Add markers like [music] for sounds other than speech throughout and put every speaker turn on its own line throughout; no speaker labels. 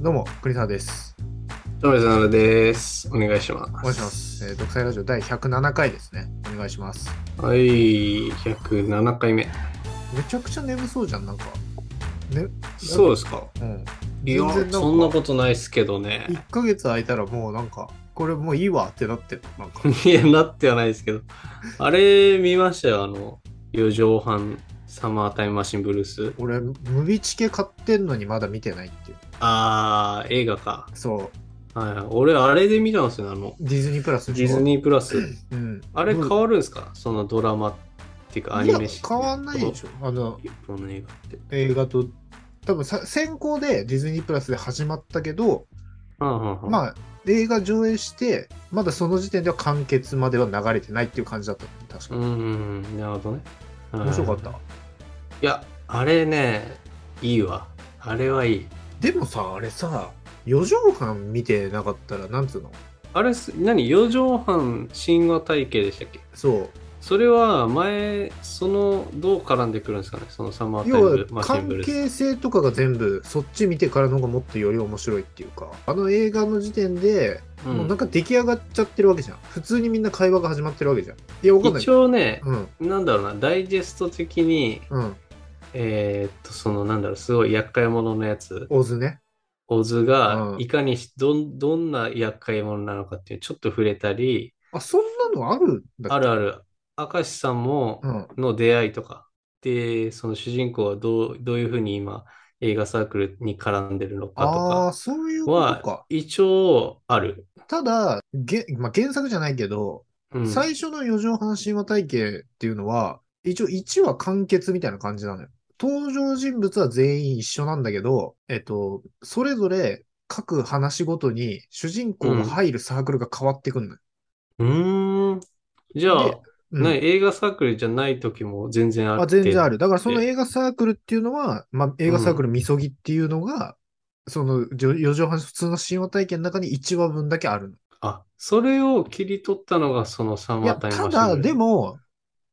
どうも、栗沢です。
どうも、ナナです。お願いします。
お願いします。えー、独裁ラジオ第107回ですね。お願いします。
はい、107回目。
めちゃくちゃ眠そうじゃん、なんか。ね、
そうですか。
うん。
いや
全然なん、か
そんなことないですけどね。
1ヶ月空いたらもうなんか、これもういいわってなってる、なん
[laughs]
か。
いや、なってはないですけど。あれ、見ましたよ、あの、4畳半サマータイムマシンブルース。
俺、ムビチケ買ってんのにまだ見てないっていう。
あー、映画か。
そう。
はいはい、俺、あれで見たんですよね、あの、
ディズニープラス
ディズ
ー。
ニープラス。
うん。
あれ、
うん
変わるんですかそのドラマっていうか、ア
い
ニ
や
メシ、
変わんないでしょ。あの、
一本の映画って。
映画と、多分さ先行でディズニープラスで始まったけど、
まあ、
まあ、映画上映して、まだその時点では完結までは流れてないっていう感じだった、確か
うん
に。
うんうん、なるほどね。はい
面白かった。
いや、あれね、いいわ。あれはいい。
でもさ、あれさ、4畳半見てなかったら、なんつうの
あれす、何 ?4 畳半神話体系でしたっけ
そ
それは前、その、どう絡んでくるんですかねそのサマ
う。
ータイ
要は
ム、マシンブ
関
ルース。
係性とかが全部、そっち見てからの方がもっとより面白いっていうか、あの映画の時点で、
う
もうなん
ん
か出来上がっちゃってるわけじゃん。普通にみんな会話が始まってるわけじゃん。いや、わかんない
一。応ね、
うん、
なんだろうな、ダイジェスト的に、
うん。
えーっと、その、なんだろう、すごい厄介者のやつ、
オズね。
オズ
う
が、
ん
いかにしどん、どんな厄介者なのかっていう、ちょっと触れたり、
あ、そんなのあるんだ
あるある、明石さんも、
うん。
の出会いとか、で、その主人公はどう、どういうふうに今、映画サークルに絡んでるのかと
ああ、
か
そういうことか
は。、一応ある。
ただ、げまあ、原作じゃないけど、
うん。
最初の四畳半神話体系っていうのは、一応1話完結みたいな感じなのよ。登場人物は全員一緒なんだけど、えっと、それぞれ各話ごとに主人公が入るサークルが変わってくんのよ。
うーん。じゃあ、
でうん
ない映画サークルじゃない時も全然あ
あ
っ
全
て。
然ある。だからその映画サークルっていうのは、まあ、映画サークルみそぎっていうのが、そのじょ四畳半普通の神話体験の中に1話分だけあるの。
あ、それを切り取ったのがそのサ
い
マ
や、
ータイム
た
マシ
だ、
ンブルー
で、も、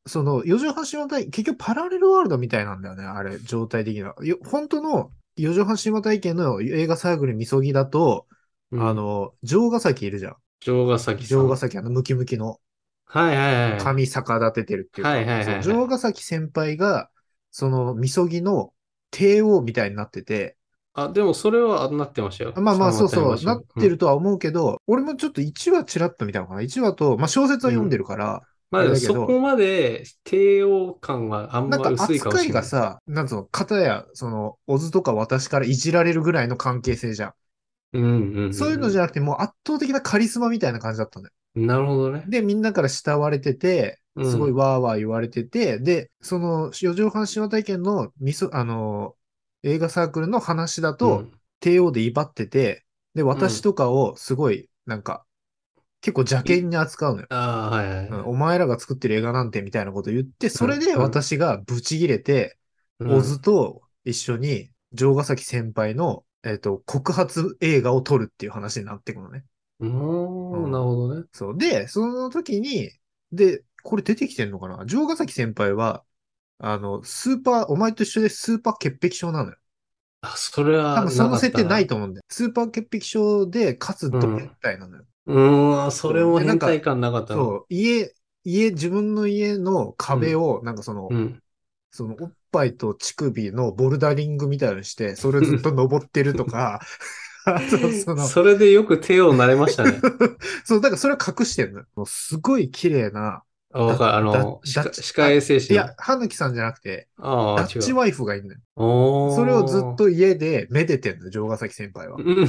その、四畳半神話体、結局パラレルワールドみたいなんだよね、あれ、状態的な。よ本当の四畳半神話体験の映画サークルみそぎだと、
うん
あ、の、城ヶ崎いるじゃん。
城ヶ崎さん。
城ヶ崎、あの、ムキムキの
はいはいはい。
髪逆立ててるっていうか、
はいはいはいはい
そう城ヶ崎先輩が、その、みそぎの帝王みたいになってて、
あ、でもそれはなってましたよ。
まあまあ、
サ
そ
マ
う
ータイ
そう、
ムマシンブ
な
ルー
っ
ス
てるとは思うけど、俺もちょっと1話チラッと見たのかな。1話と、まあ、小説は読んでるから、
まあで
あれ
も
だけど
そこまで帝王感はあん
な
ま
んか
薄いかも
扱
し
い
れな
が
い。
さ、なんつうの、片や、その、オズとか私からいじられるぐらいの関係性じゃん。
うんうんうん
そういうのじゃなくて、もう圧倒的なカリスマみたいな感じだったのよ。
なるほどね。
で、みんなから慕われてて、
うん
すごいワーワー言われてて、で、その、四畳半神話体験の、みそ、あの、映画サークルの話だと、帝王で威張ってて、で、私とかをすごい、なんか、結構邪険に扱うのよ。
ああ、はいはい
うん
はい。
お前らが作ってる映画なんてみたいなこと言って、それ
う
で
んうん
私がブチギレて、オズと一緒に城ヶ崎先輩の、えっと告発映画を撮るっていう話になってくのね。
うん。う
う
ー
ん
ん、なるほどね。
そうで、その時に、で、これ出てきてんのかな城ヶ崎先輩は、あの、スーパー、お前と一緒でスーパー潔癖症なのよ。
あ、それは
多分その設定ない
と。
と思うんだよ。スーパー潔癖症で、かつド変態なのよ。
うーん、それも
でなん
変
か
態感なかったな。
そう、家、家、自分の家の壁を、なんかその、
うん。
そのおっぱいと乳首のボルダリングみたいにして、それずっと登ってると [laughs] か、あとその、
それでよく帝王になれました
[laughs]
ね。
そう、だからそれを隠してるのよ。もうすごい綺麗な、
あわかる。あの、
だ
歯
だ
科歯科衛生士
い
の。
や、歯抜きさんじゃなくて、
ああ、
ダ
違
ッチ
う。
ワイフがいるのよ。
おー
それをずっ。と家でめでてんのよ、城ヶ崎先輩は。
うん。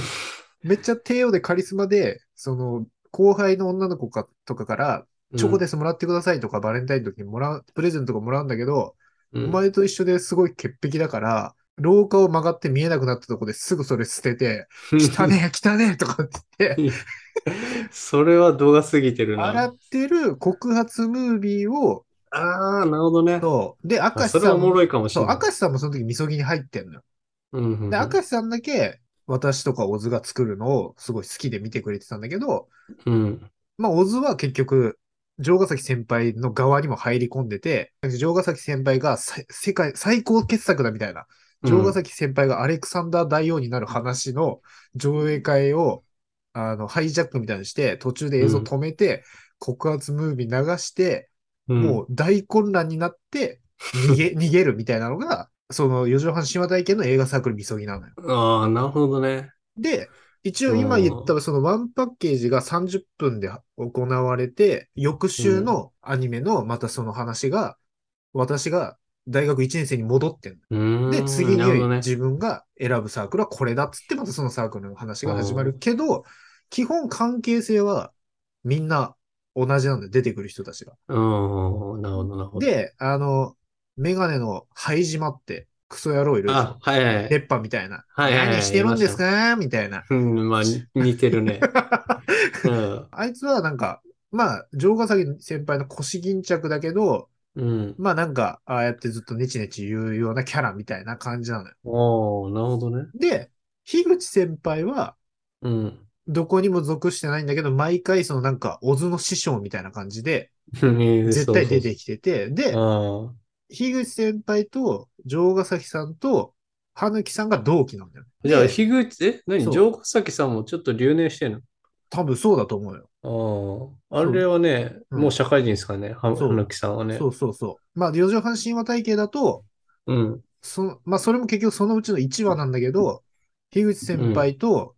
めっちゃ帝王でカリスマで、その、後輩の女の子かとかから、チョコですもらってくださいとか、バレンタインの時にもらう、プレゼントがもらうんだけど、
うん。
お前と一緒ですごい潔癖だから、廊下を曲がって見えなくなったとこですぐそれ捨てて、汚ねえ、汚ねえとかって言って、
[laughs] それは度が過ぎてるな。
洗ってる告発ムービーを、
ああ、なるほどね。
そう。で、明
あ
石
それ
さ
はお
ん
も
も、
ろいかもし
そ
れ
う、
ない。
明石さんもその時みそぎに入ってんのよ。
うんうんうん
で、明石さんだけ、私とかオズが作るのをすごい好きで見てくれてたんだけど、
うん。
まあ、オズは結局、城ヶ崎先輩の側にも入り込んでて、城ヶ崎先輩がさ世界最高傑作だみたいな城ヶ崎先輩がアレクサンダー大王になる話の上映会を、あの、ハイジャックみたいにして、途中で映像止めて、告発ムービー流して、
うん
もう大混乱になって、逃
[laughs]
げ、逃げるみたいなのが、その四畳半島体験の映画サークルみそぎなのよ。
ああ、なるほどね。
で、一応今言ったそのワンパッケージが30分で行われて、翌週のアニメのまたその話が、私が大学1年生に戻ってんの
うーん。
で、次に
なるほどね。
自分が選ぶサークルはこれだっつって、またそのサークルの話が始まるけど、基本関係性はみんな同じなんだよ、出てくる人たちが。
うん、なるほど、なるほど。
で、あの、メガネの灰島ってクソ野郎いるでし
あ
ょ、
はいはいはい。
熱波みたいな。
はいはいはい
何してるんですかみたいな。 [laughs]
うん、まあ、に似てるね。うん。
あいつはなんか、まあ、城ヶ崎先輩の腰巾着だけど、
うん。
まあなんか、ああやってずっとネチネチ言うようなキャラみたいな感じなのよ。
おー、なるほどね。
で、樋口先輩は、
うん。 [laughs]
どこにも属してないんだけど、毎回そのなんか、小津の師匠みたいな感じで、絶対出てきてて、
き
で、
あ
樋口先輩と城ヶ崎さんと羽貫さんが同期なんだよね。
あ。じゃあ、
で
樋口、え、何
そう
城ヶ崎さんもちょっと留年してん
多分そうだと思うよ。
のああ。あれはね、
うん
もう社会人ですからね、は
そう
花木さんはね。
そうそうそう。まあ、四畳半神話体系だと、
うん。
その、まあ、それも結局そのうちの1話なんだけど、樋口先輩と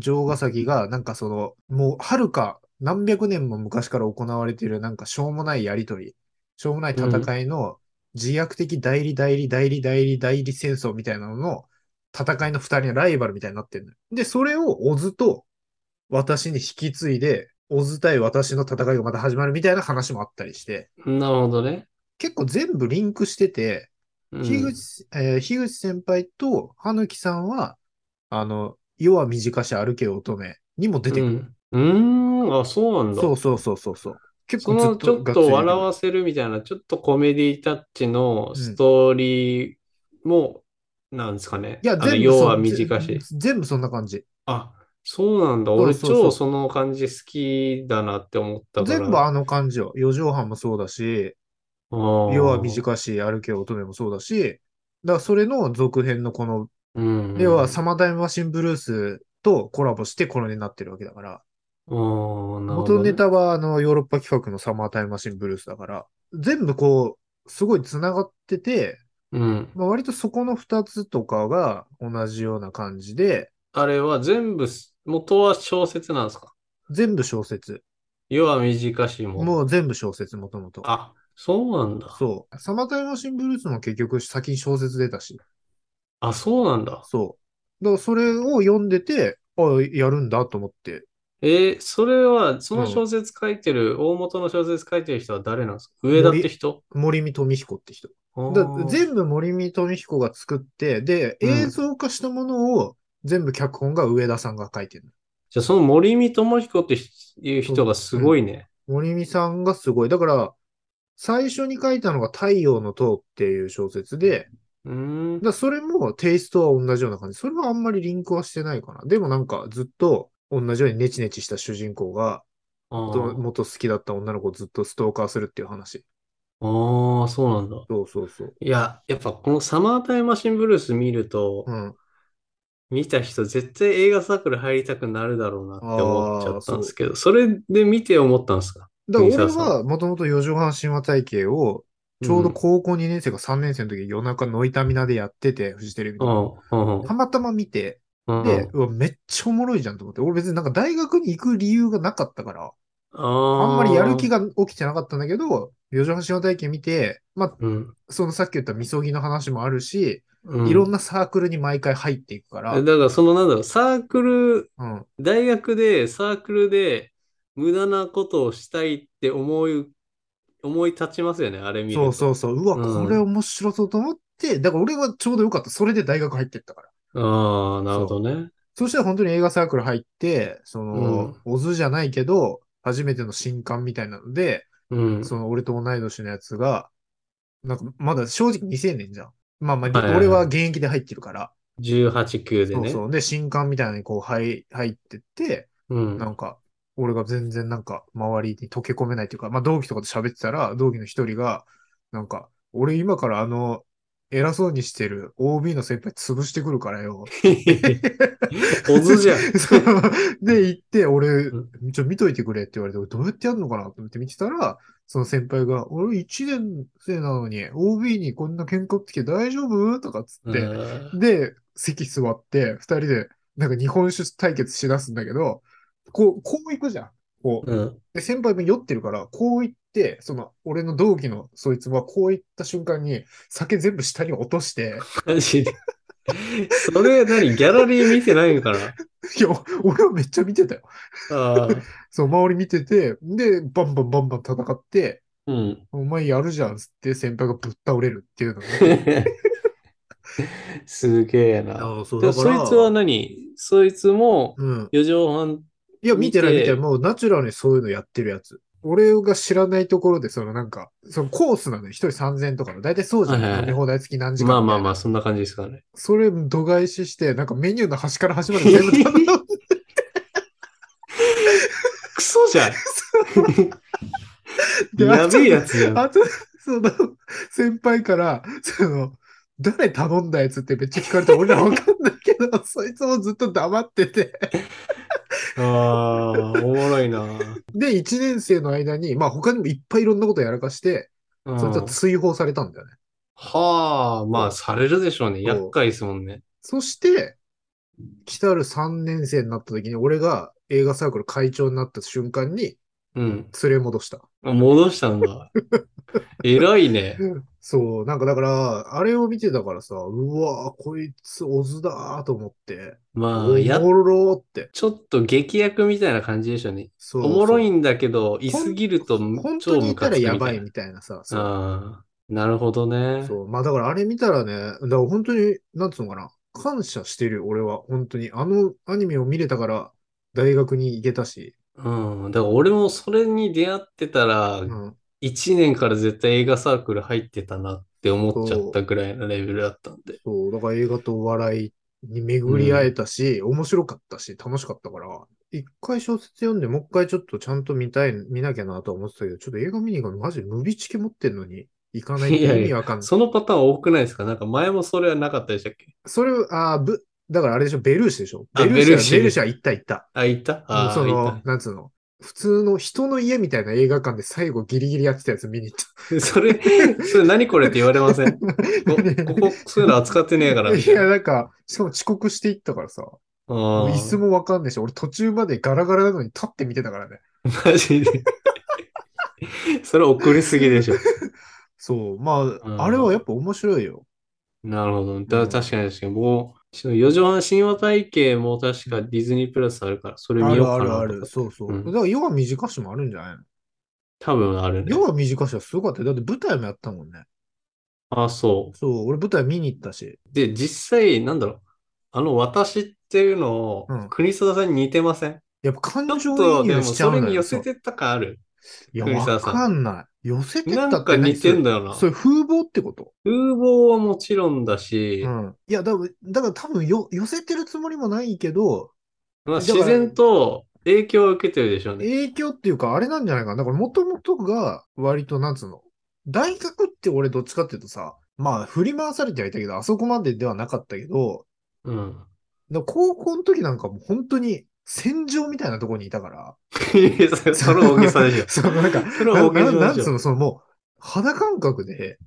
城ヶ崎が、なんかその、もう、はるか何百年も昔から行われている、なんかしょうもないやりとり、しょうもない戦いの、自虐的代理代理代理代理代理戦争みたいなのの、戦いの二人のライバルみたいになってるのよ。で、それを小津と私に引き継いで、小津対私の戦いがまた始まるみたいな話もあったりして、
なるほどね。
結構全部リンクしてて、
うん
樋口、えー樋口先輩と羽貫さんは、あの、夜は短し歩け乙女にも出てくる。
うん。うーん、あ、そうなんだ。
そうそうそうそうそう。結
そ
構ず
の
っ
ちょ
と
っ
がっつり出て
と
くる
笑わせるみたいな、ちょっとコメディタッチのストーリーも、なんですかね。
いや、
あの
全部
要
そ
は
ん
短し。
全部そんな感じ。
あ、そうなんだ。
そう
俺
そうそう
超その感じ好きだなって思ったから。
全部あの感じよ。四畳半もそうだし、
あー
夜は短し歩け乙女もそうだし、だからそれの続編のこの、
うん。
要はサマータイムマシンブルースとコラボしてこれになってるわけだから。
あーなるほ
元
どね
ネタはあのヨーロッパ企画のサマータイムマシンブルースだから、全部こう、すごい繋がってて、
うん。
まあ、割とそこの2つとかが同じような感じで、
あれは全部す、元は小説なんですか
全部小説。
夜は短しも。
もう全部小説、もともと。
あ、そうなんだ。
そう。サマータイムマシンブルースも結局先に小説出たし、
あ、そうなんだ。
そう。だからそれを読んでて、あ、やるんだと思って。
えーそれは、そ
う
の
ん
小説書いてる、大元の小説書いてる人は誰なんですか上田って人
森見富彦って人。
あ
だ
ー
全部森見富彦が作って、で、
うん
映像化したものを全部脚本が上田さんが書いてる。
じゃあ、その森見智彦っていう人がすごいね。
森美さんがすごい。だから、最初に書いたのが太陽の塔っていう小説で、
うーん
だか。らそれもテイストは同じような感じ。それはあんまりリンクはしてないかな。でもなんかずっと同じようにネチネチした主人公が、
あー
元元好きだった女の子をずっとストーカーするっていう話。
あー、そうなんだ。
そうそうそう。
いや、やっぱこのサマータイムマシンブルース見ると
う、ん。
見た人絶対映画サークル入りたくなるだろうなって思っちゃったんですけど、それで見て思ったんですか
だから俺
藤沢さ
はもともと四畳半神話体系を、ちょうど高校2年生か3年生の時に夜中ノイタミナでやってて、フジテレビで。
うん、うん、
たまたま見て、
うん、
で、うわ、めっちゃおもろいじゃんと思って。俺別になんか大学に行く理由がなかったから、あんまりやる気
が、
が起きてなかったんだけど、四畳半島体験見て、まあ、
うん、
そのさっき言ったみそぎの話もあるし、
うん。
いろんなサークルに毎回入っていくから、
だからそのなんだろう、サークル、
うん、
大学でサークルで無駄なことをしたいって思い、思い立ちますよね、あれ見る
そう
と。
そうそう、うわ、
うん
これ面白そうと思って、だから俺はちょうどよかった。それで大学入ってったから。
ああ、なるほどね。
そしたら本当に映画サークル入って、その、オズじゃないけど、初めての新刊みたいなので、
うん。
その俺と同い年のやつが、なんかまだ正直未成年じゃん。まあま
はいはいは
あ、
い
俺は現役で入ってるから。
18、9で
そう
ね。
そう。で、新刊みたいなのにこう入入ってって、
うん。
なんか、俺が全然なんか周りに溶け込めないというか、まあ同期とかと喋ってたら、同期の一人が、なんか、俺今からあの、偉そうにしてる OB の先輩潰してくるから
[laughs]
よ。
オズじゃん。
[laughs]
[laughs]
そうで、行って、俺
う、
ちょ、見といてくれって言われて、俺どうやってやるのかなと思って見てたら、その先輩が、俺1年生なのに OB にこんな喧嘩ってきて大丈夫とかっつって、
うん
で、席座って、二人で、なんか日本酒対決しだすんだけど、こう、こう行くじゃん。こう。
うん。
で、先輩も酔ってるから、こう行って、その、俺の同期のそいつは、こう行った瞬間に、酒全部下に落として、 [laughs]
マジで。それ何ギャラリー見てないのかない
や、俺はめっちゃ見てたよ。
ああ。
そう、周り見てて、で、バンバンバンバン戦って、
うん。 [laughs]
お前やるじゃんっつって先輩がぶっ倒れるっていうのね
すげえな。
[laughs] ああ、そ
でもそいつは何そいつも
うん。
四畳
いや、見てない
見て
見てない。もうナチュラルにそういうのやってるやつ。俺が知らないところで、そのなんか、そのコースなのよ。一人3000円とかの。大体そうじゃん。
はいはい
飲み放題付き何時
半。
間
まあまあ
みたい
ま
な
あ、そんな感じですからね。
それ度外視して、なんかメニューの端から端まで全部頼んで
クソじゃん [laughs]
で
やべえやつじゃん。
あと、その、先輩から、その、誰頼んだやつってめっちゃ聞かれて、俺らわかんないけど、
[laughs]
そいつもずっと黙ってて。
ああ、おもろいな。
で、1年生の間に、まあ他にもいっぱいいろんなことやらかして、
う
[laughs]
ん
そいつは追放されたんだよね。
はあ、まあ、されるでしょうね。厄介ですもんね。
そして、来たる3年生になった時に、俺が映画サークル会長になった瞬間に
うん。
連れ戻した。
戻したん
[laughs]
だ。偉いね。
そう、なんかだから、あれを見てたからさ、うわぁ、こいつオズだーと思って、お
まあ、や、
もろーって。
ちょっと劇薬みたいな感じでしょうね。
そう
おもろい
ん
んだけど、いすぎると
本当
超
に
ム
いた
カ
ら
つくみ
や
た
ばい
いな。
みたいなさ、そう。
ああ、なるほどね。
そうまあだからあれ見たらね、だから本当に、なんつうのかな、感謝してるよ、俺は、本当に。あのアニメを見れたから、大学に行けたし、
うん。だから俺もそれに出会ってたら、
うん、
1年から絶対映画サークル入ってたなって思っちゃったぐらいのレベルだったんで。
そう、だから映画とお笑いに巡り合えたし、面白かったし、楽しかったから、一回小説読んでもう一回ちょっとちゃんと見たい、見なきゃなとは思ってたけど、ちょっと映画見に行くのマジムビチケ持ってんのに、行かないって意味わかんない。
そのパターン多くないですかなんか前もそれはなかったでしたっけ
それ、あーぶ、だからあれでしょ、ベルーシでしょ。
あ
ベルーシは、
ベルーシ
ベルーシは行った行った。
あ、いたあ
もう
ー
そ
い
の、なんつうの、普通の人の家みたいな映画館で最後ギリギリやってたやつ見に行った
[laughs] それ、それ何これって言われませんこ、ここ、そういうの扱ってねえから
た。
み
い
たい
や、
な。
なんか、しかも遅刻していったからさ、
あ
もう
ー
椅子もわかんないし、俺途中までガラガラなのに立って見てたからね。
マジで。 [laughs] それ遅れすぎでしょ。
そう、まあ、
ん
あれはやっぱ面白いよ。
なるほど。
う
だ
ん
確かに確かに。もう、その四畳半神話体系も確かディズニープラスあるから、それ見ようか
ある
な
あるあ
と
る。
か
そうそう。
うん
だから、ヨガ短しもあるんじゃないの
多分あるね
ヨ。ガ短しはすごかったよ。だって舞台もやったもんね。
あ、そう。
そう、俺舞台見に行ったし。
で、実際、なんだろう。あの、私っていうのを
うん、
国沢さんに似てません
やっぱ感
ちょっ
情
と、
移
で
入
も、
しちゃ
そう
の
れ
よ。
に寄せてった感ある。
いや、
栗
わ
沢さん
かんない。寄せてった
な
っ
ん
て
か
何
似てんだよな。
それそれ風貌ってこと
風貌はもちろんだし、
うん。いや、だからだから多分よ寄せてるつもりもないけど、
まあ、
だから
自然と影響を受けてるでしょうね。
影響っていうか、あれなんじゃないかな。だから、もともとが、割と、なんつうの。大学って俺どっちかっていうとさ、まあ、振り回されてはいたけど、あそこまでではなかったけど、
うん。
だ
[laughs]
から高校の時なんかもう本当に戦場みたいなところにいたから、
いやそれそれは大げさでしょ。
[laughs] そうなんか
それは大げ
なな
さ
ん
でし
つう
ょ。
の、そのもう、肌感覚で、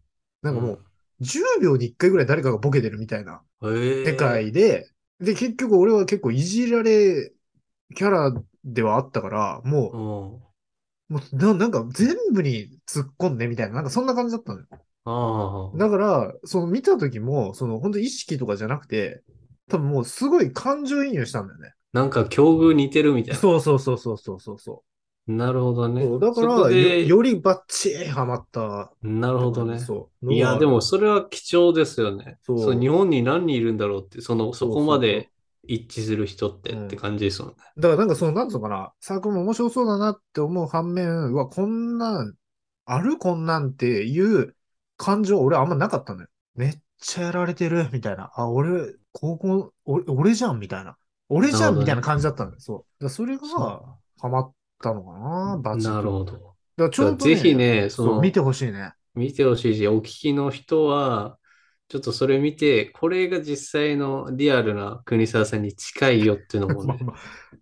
なんかもう、10秒に1回ぐらい誰かがボケてるみたいな
うん、
世
へ
界で、で、結局俺は結構いじられキャラではあったから、もう
ー。、うん。
もうな、なんか全部に突っ込んでみたいな、なんかそんな感じだったのよ。
ああ。
だから、その見た時も、その本当意識とかじゃなくて、多分もうすごい感情移入したんだよね。
なんか境遇似てるみたいな。
そうそうそうそうそうそうそ
なるほど
う。
ね。
そうだか
そ
ら
こ
よ、
で、
よりバッチリハマった。
なるほどね。
そう。
いや、でもそれは貴重ですよね。
そう
そう、日本に何人いるんだろうって、その、そこま
そうそう
で一致する人って
うん
って感じですもんね。
だからなんかその、なんつうのかな、サークルも面白そうだなって思う反面、うわ、こんなん、あるこんなんっていう感情、俺あんまなかったのよ。めっちゃやられてる、みたいな。あ、俺、高校、俺、俺じゃん、みたいな。俺じゃん、みたいな感じだったんだよ。そう。だからそれが、ハマったのかな、バチッと
なるほ。ど。
だからちょうど、
ぜひね、そ
そう、
の、
見てほしいね。
見てほしいし、お聞きの人は、ちょっとそれ見て、これが実際のリアルな国沢さんに近いよっ
[laughs]
ていうのもね、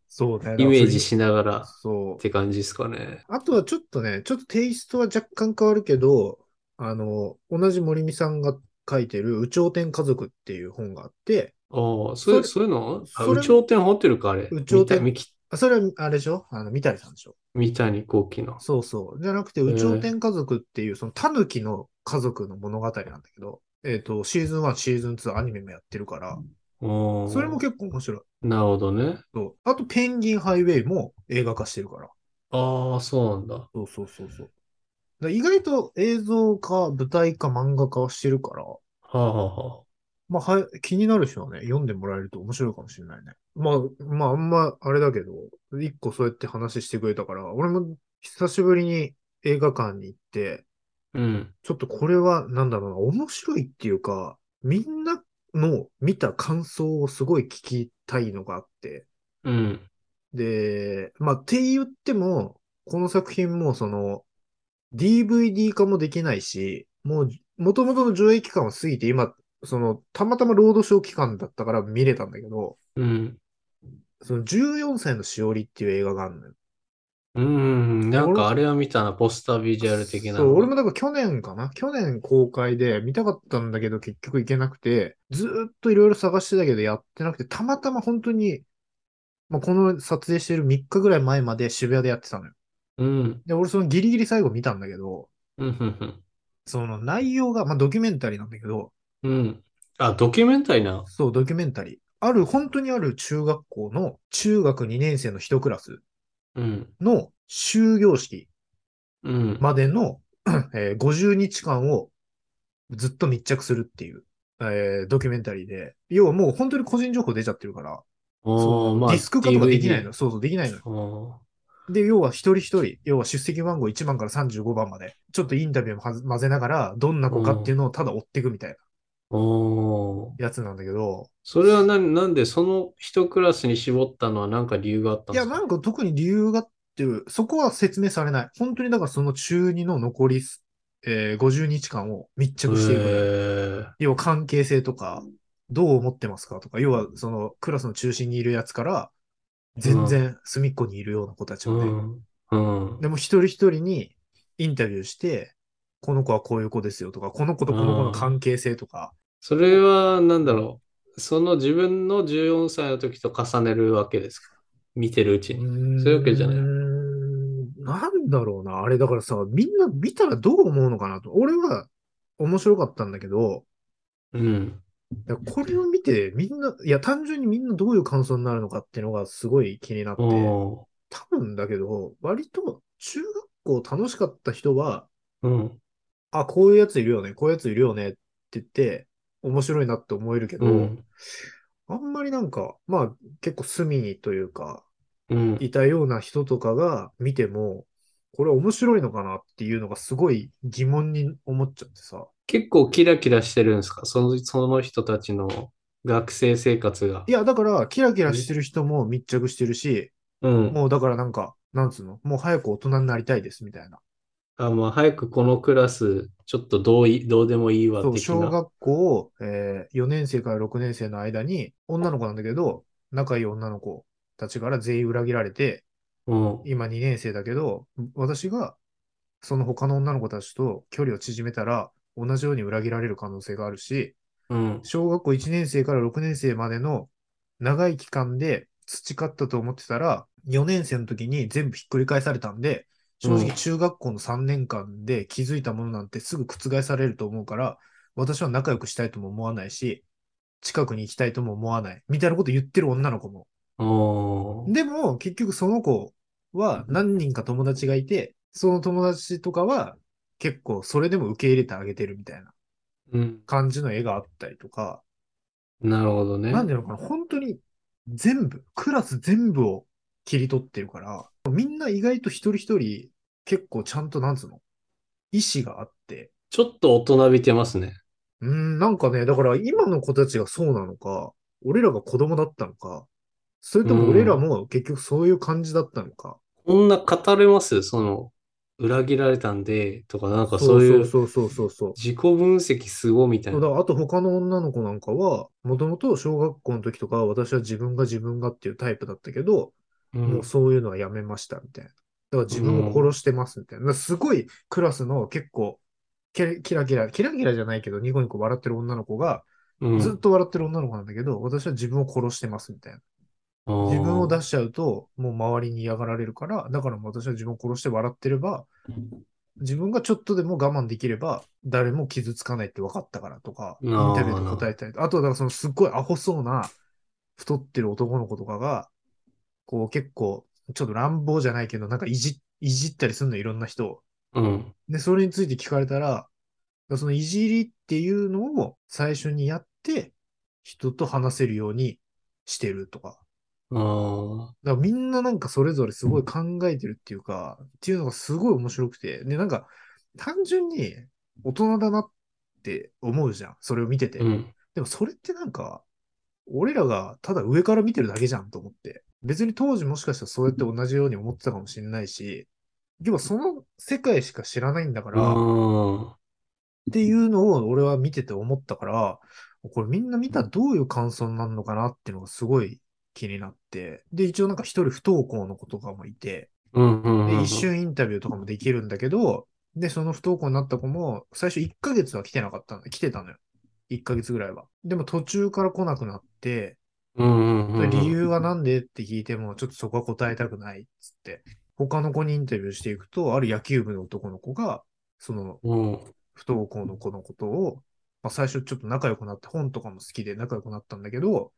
そうね。
イメージしながらっ
そう。
て感じですかね。
あとはちょっとね、ちょっとテイストは若干変わるけど、あの、同じ森美さんが書いてる、有頂天家族っていう本があって、
あ
そ
あ、そう
れ
そういうのあ、
それ
有頂天ホテルか、あれ。
有頂天
三谷
あそれはあれでしょあの、三谷さんでしょ
三谷幸喜の。
そうそう。じゃなくて、
ー
有頂天家族っていう、その狸の家族の物語なんだけど、えっと、シーズン1、シーズン2アニメもやってるから、
おー
それも結構面白い。
なるほどね。
そうあと、ペンギンハイウェイも映画化してるから。
ああ、そうなんだ。
そうそうそうそう。だから意外と映像化、舞台化、漫画化はしてるから、
はあ、はあはあ、
まあ、はい、気になる人はね、読んでもらえると面白いかもしれないね。まあ、まあ、あんま、あれだけど、一個そうやって話してくれたから、俺も久しぶりに映画館に行って、
うん。
ちょっとこれは、なんだろうな、面白いっていうか、みんなの見た感想をすごい聞きたいのがあって、
うん。
で、まあ、って言っても、この作品も、その、DVD 化もできないし、もう、元々の上映期間は過ぎて、今、その、たまたまロードショー期間だったから見れたんだけど、
うん。
その、14歳のしおりっていう映画があるのよ。
うん。なん
俺
か
も
あれは見たな、ポスタービジュアル的な
そう、俺も
の。
だから去年かな去年公開で見たかったんだけど結局行けなくて、ずーっといろいろ探してたけどやってなくて、たまたま本当に、まあ、この撮影してる3日ぐらい前まで渋谷でやってたのよ。
うん。
で、俺そのギリギリ最後見たんだけど、
うん、うん、
その内容が、まあ、ドキュメンタリーなんだけど、
うん。うん。あ、ドキュメンタリーな。
そう、ドキュメンタリー。ある、本当にある中学校の中学2年生の1クラス
うん。
の終業式
うん。
までの、 [clears throat] えー50日間をずっと密着するっていう、えードキュメンタリーで、要はもう本当に個人情報出ちゃってるから、
おー
そう
まあ、
ディスク化とかできない
DVD
の。そうそう、できないの。
あ
で、要は一人一人、要は出席番号1番から35番まで、ちょっとインタビューもはず混ぜながら、どんな子かっていうのをただ追っていくみたいな
ーおー
やつなんだけど、
それは何、なんで、その一クラスに絞ったのは何か理由があったん
い
で
や、
すか
なんか特に理由がっていう、そこは説明されない。本当にだからその中2の残りす、えー50日間を密着していくのよ。要は関係性とか、どう思ってますかとか、要はそのクラスの中心にいるやつから、全然隅っこにいるような子たち
へー
を
う
ね、
ん。うん。
でも一人一人にインタビューして、この子はこういう子ですよとか、この子とこの子の関係性とか、
それは、なんだろう。その自分の14歳の時と重ねるわけですか見てるうち
う
に。
ーん
そういうわけじゃない
なんだろうな、あれだからさ、みんな見たらどう思うのかなと。俺は面白かったんだけど、
うん。
いやこれを見てみんな、いや単純にみんなどういう感想になるのかっていうのがすごい気になって、
おー
多分だけど、割と中学校楽しかった人は、
うん。
あ、こういうやついるよね、こういうやついるよねって言って、面白いなって思えるけど、
うん。
あんまりなんか、まあ結構隅にというか、
うん。
いたような人とかが見ても、これ面白いのかなっていうのがすごい疑問に思っちゃってさ。
結構キラキラしてるんですかその、その人たちの学生生活が
い。や、だから、キラキラしてる人も密着してるし、
うん。
もうだからなんか、なんつうの、もう早く大人になりたいですみたいな。
あ、まあ、早くこのクラス、ちょっとどうい、どうでもいいわ、
そう、
的
小
な。
学校を、え4年生から6年生の間に、女の子なんだけど、仲いい女の子たちから全員裏切られて、
うん。
今2年生だけど、私がその他の女の子たちと距離を縮めたら、同じように裏切られる可能性があるし、
うん。
小学校1年生から6年生までの長い期間で培ったと思ってたら、4年生の時に全部ひっくり返されたんで、正
うん
直中学校の3年間で気づいたものなんてすぐ覆されると思うから、私は仲良くしたいとも思わないし、近くに行きたいとも思わない、みたいなこと言ってる女の子も。
おー
でも、結局その子は何人か友達がいて、その友達とかは結構それでも受け入れてあげてるみたいな
うん。
感じの絵があったりとか、
なるほどね。
なんでなのかな、本当に全部、クラス全部を切り取ってるから、みんな意外と一人一人、結構ちゃんと、なんつうの、意志があって、
ちょっと大人びてますね。
うーん、なんかね、だから今の子たちがそうなのか、俺らが子供だったのか、それとも俺らも結局そういう感じだったのか、
こんな語れますその、裏切られたんで、とか、なんか
そ
そううい
そううそうそうそうそう。
自己分析すごみたい
そう
な。
だからあと他の女の子なんかは、もともと小学校の時とかは私は自分が自分がっていうタイプだったけど、
うん
もうそういうのはやめましたみたいな。だから自分を殺してますみたいな。だからすごいクラスの結構、キラキラキラ、キラキラじゃないけど、ニコニコ笑ってる女の子が、
うん
ずっと笑ってる女の子なんだけど、私は自分を殺してますみたいな。
あー
自分を出しちゃうと、もう周りに嫌がられるから、だからもう私は自分を殺して笑ってれば、自分がちょっとでも我慢できれば、誰も傷つかないって分かったからとか、インタビューで答えたりとか、あとはだからそのすっごいアホそうな、太ってる男の子とかが、こう結構、ちょっと乱暴じゃないけど、なんかいじ、いじったりするのいろんな人を。
うん。
で、それについて聞かれたら、そのいじりっていうのを最初にやって、人と話せるようにしてるとか。
あー
だからみんななんかそれぞれすごい考えてるっていうか、っていうのがすごい面白くて、で、なんか単純に大人だなって思うじゃん。それを見てて。
うん。
でもそれってなんか、俺らがただ上から見てるだけじゃんと思って。別に当時もしかしたらそうやって同じように思ってたかもしれないし、でもその世界しか知らないんだか
あ
ら、っ
ー
ていうのを俺は見てて思ったから、これみんな見たらどういう感想になるのかなっていうのがすごい気になって、で、一応なんか一人不登校の子とかもいて、
うんうんうん
で、一瞬インタビューとかもできるんだけど、で、その不登校になった子も、最初1ヶ月は来てなかったの、来てたのよ。1ヶ月ぐらいは。でも途中から来なくなって、
うんうんうんうん
理由はなんでって聞いても、ちょっとそこは答えたくないっつって、他の子にインタビューしていくと、ある野球部の男の子が、その
うん
不登校の子のことを、まあ、最初ちょっと仲良くなって、本とかも好きで仲良くなったんだけど、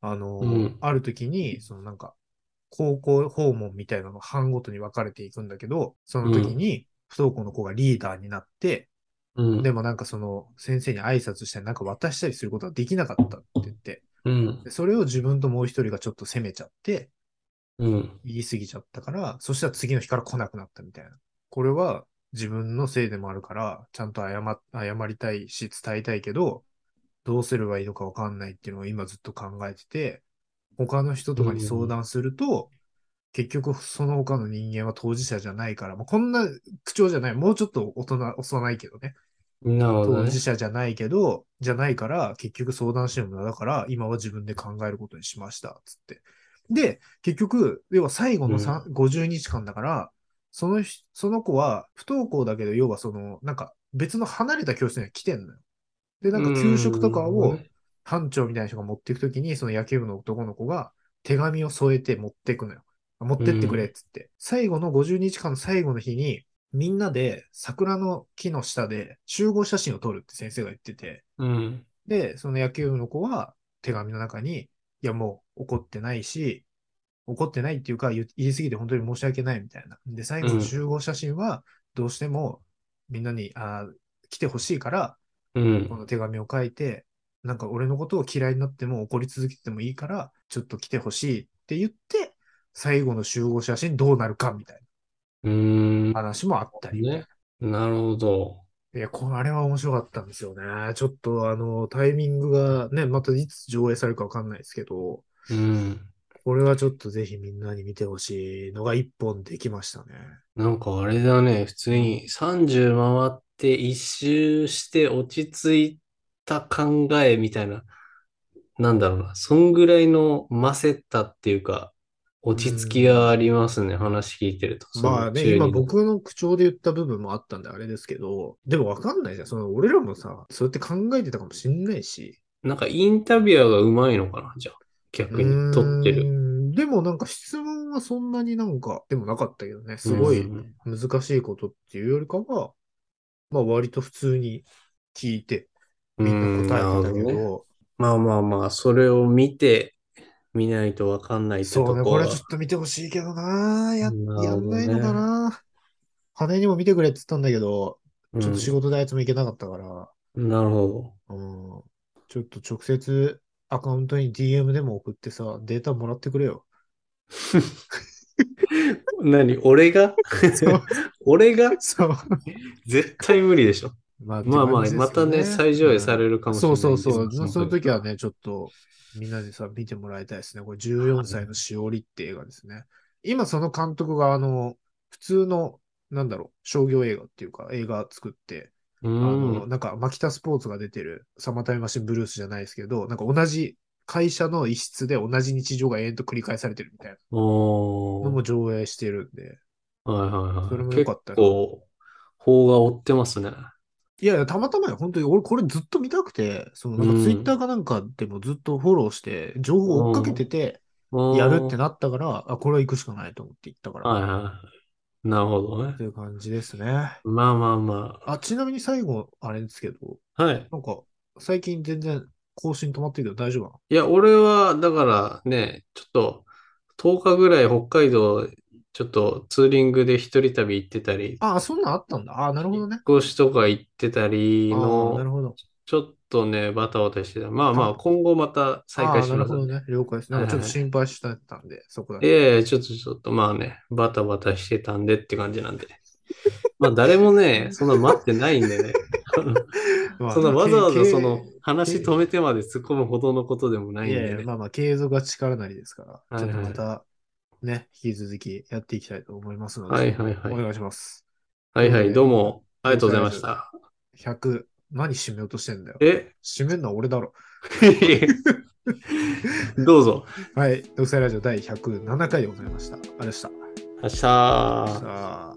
あの、
うん
ある時に、そのなんか、高校訪問みたいなの班ごとに分かれていくんだけど、その時に不登校の子がリーダーになって、
うん
でもなんかその先生に挨拶したりなんか渡したりすることはできなかったって言って、
うん
でそれを自分ともう一人がちょっと責めちゃって、
うん
言い過ぎちゃったから、そしたら次の日から来なくなったみたいな。これは自分のせいでもあるから、ちゃんと謝っ謝りたいし伝えたいけど、どうすればいいのかわかんないっていうのを今ずっと考えてて、他の人とかに相談すると、結局その他の人間は当事者じゃないから、まあ、こんな口調じゃない、もうちょっと大人、幼いけどね。
なるほど
当
ね
事。者じゃないけど、じゃないから、結局相談してるものだから、今は自分で考えることにしました、つって。で、結局、要は最後のさん50日間だから、そのひ、その子は不登校だけど、要はその、なんか別の離れた教室には来てんのよ。で、なんか給食とか
う
を
ん
班長みたいな人が持っていくときに、その野球部の男の子が手紙を添えて持っていくのよ。持ってってくれっつって。最後の50日間の最後の日に、みんなで桜の木の下で集合写真を撮るって先生が言ってて、
うん。
で、その野球部の子は手紙の中に、いやもう怒ってないし、怒ってないっていうか言い言い過ぎて本当に申し訳ないみたいな。で、最後の集合写真はどうしてもみんなに、あー来てほしいから、
うん
この手紙を書いて、なんか俺のことを嫌いになっても怒り続けてもいいから、ちょっと来てほしいって言って、最後の集合写真どうなるかみたいう
ーん
な。話もあったり。
ね。なるほど。
いや、これは面白かったんですよね。ちょっとあの、タイミングがね、またいつ上映されるかわかんないですけど、
うん。
これはちょっとぜひみんなに見てほしいのが一本できましたね。
なんかあれだね。普通に30回って一周して落ち着いた考えみたいな。なんだろうな。そんぐらいの焦ったっていうか、落ち着きがありますね。話聞いてると。その
まあね、
中
今
二の
僕の口調で言った部分もあったんであれですけど、でもわかんないじゃん。その俺らもさ、そうやって考えてたかもしんないし、
なんかインタビュアーがうまいのかな、じゃあ。逆に撮って
う
る。
ーんでもなんか質問はそんなになんか、でもなかったけどね、すごい
うん
難しいことっていうよりかは、まあ割と普通に聞いて、みんな答えてたけ
うんなるほどね
ど、
まあまあまあ、それを見て、見ないとわかんないってと
そうね、
こ
これ
は
はちょっと見てほしいけどなや、
なる
や
ほ
ん
ど
ない
ね
のかな羽にも見てくれって言ったんだけど、
うん
ちょっと仕事であいつも行けなかったから、
なるほ
うん、ちょっと直接アカウントに DM でも送ってさ、データもらってく
[laughs]
れよ。
ど。何俺が
[laughs] そう、
俺が
そう。
絶対無理で
[laughs]
しょ。
まあ
まあまあ、
って感じですよ
またね、再上映されるかもしれ
そ
な
う
い
そうそ
ん
う。
で
その時
は。
はね、ちょっとみんなでさ、見てもらいたいですね。これ14歳のしおりって映画ですね。今その監督があの、普通のなんだろう、商業映画っていうか、映画作って、あ
う
の、
ん。
なんか、マキタスポーツが出てる、サマータイムマシンブルースじゃないですけど、なんか同じ会社の一室で同じ日常が延々と繰り返されてるみたいな
お
のも
ー。
上映してるんで、
はいはいはい。
それも良かったよ
結構、法が追ってますね。
いやいや、たまたまよ、本当に、俺、これずっと見たくて、その、なん
う
か、
ん
ツイッターかなんかでもずっとフォローして、情報を追っかけてて、やるって
な。
なったから、あ、これは行くしかないと思って行ったから、
はい
っ
はい。なるほどね
て。いう感じですね。
まあまあま
あ、ちなみに最後、あれですけど、
あ。はい。
なんか、最近全然更新止まってるけど大丈夫なの
いや、俺は、だからね、ちょっと、10日ぐらい北海道、ちょっとツーリングで一人旅行ってたり、
あ、そんなんあったんだ。あ、なるほどね。
引っ越しとか行ってたり
あ
の
ー、なるほど。
ちょっとね、バタバタしてた。まあまあ、
あ
今後また再
あ
開
ー
し
なる
ます
ほど
んで。
ね。了解です。なんかちょっと心配してたんで、そこだけ。
ええ、ちょっとちょっと、まあね、バタバタしてたんでって感じなんで。 [laughs] まあ、誰もね、そんな待ってないん
[laughs]
でね。
まあ
そんなわざわざその
経
話止めてまで突っ込むほどのことでもないん
い
で
やいや、
ね。
まあまあ、継続が力なりですから、
はい
ちょっ
はい
とまた、ね、引き続きやっていきたいと思いますので、
はいはいはい
お。願いします。
はいはい、どうも、あ
とい
り
うこととで
がうございました。
100、何締めようとしてんだよ。
え
締めるのは俺だろ。
[laughs] どうぞ。
はい、独裁ラジオ第107回でございました。あれでした。
明日。
さあ。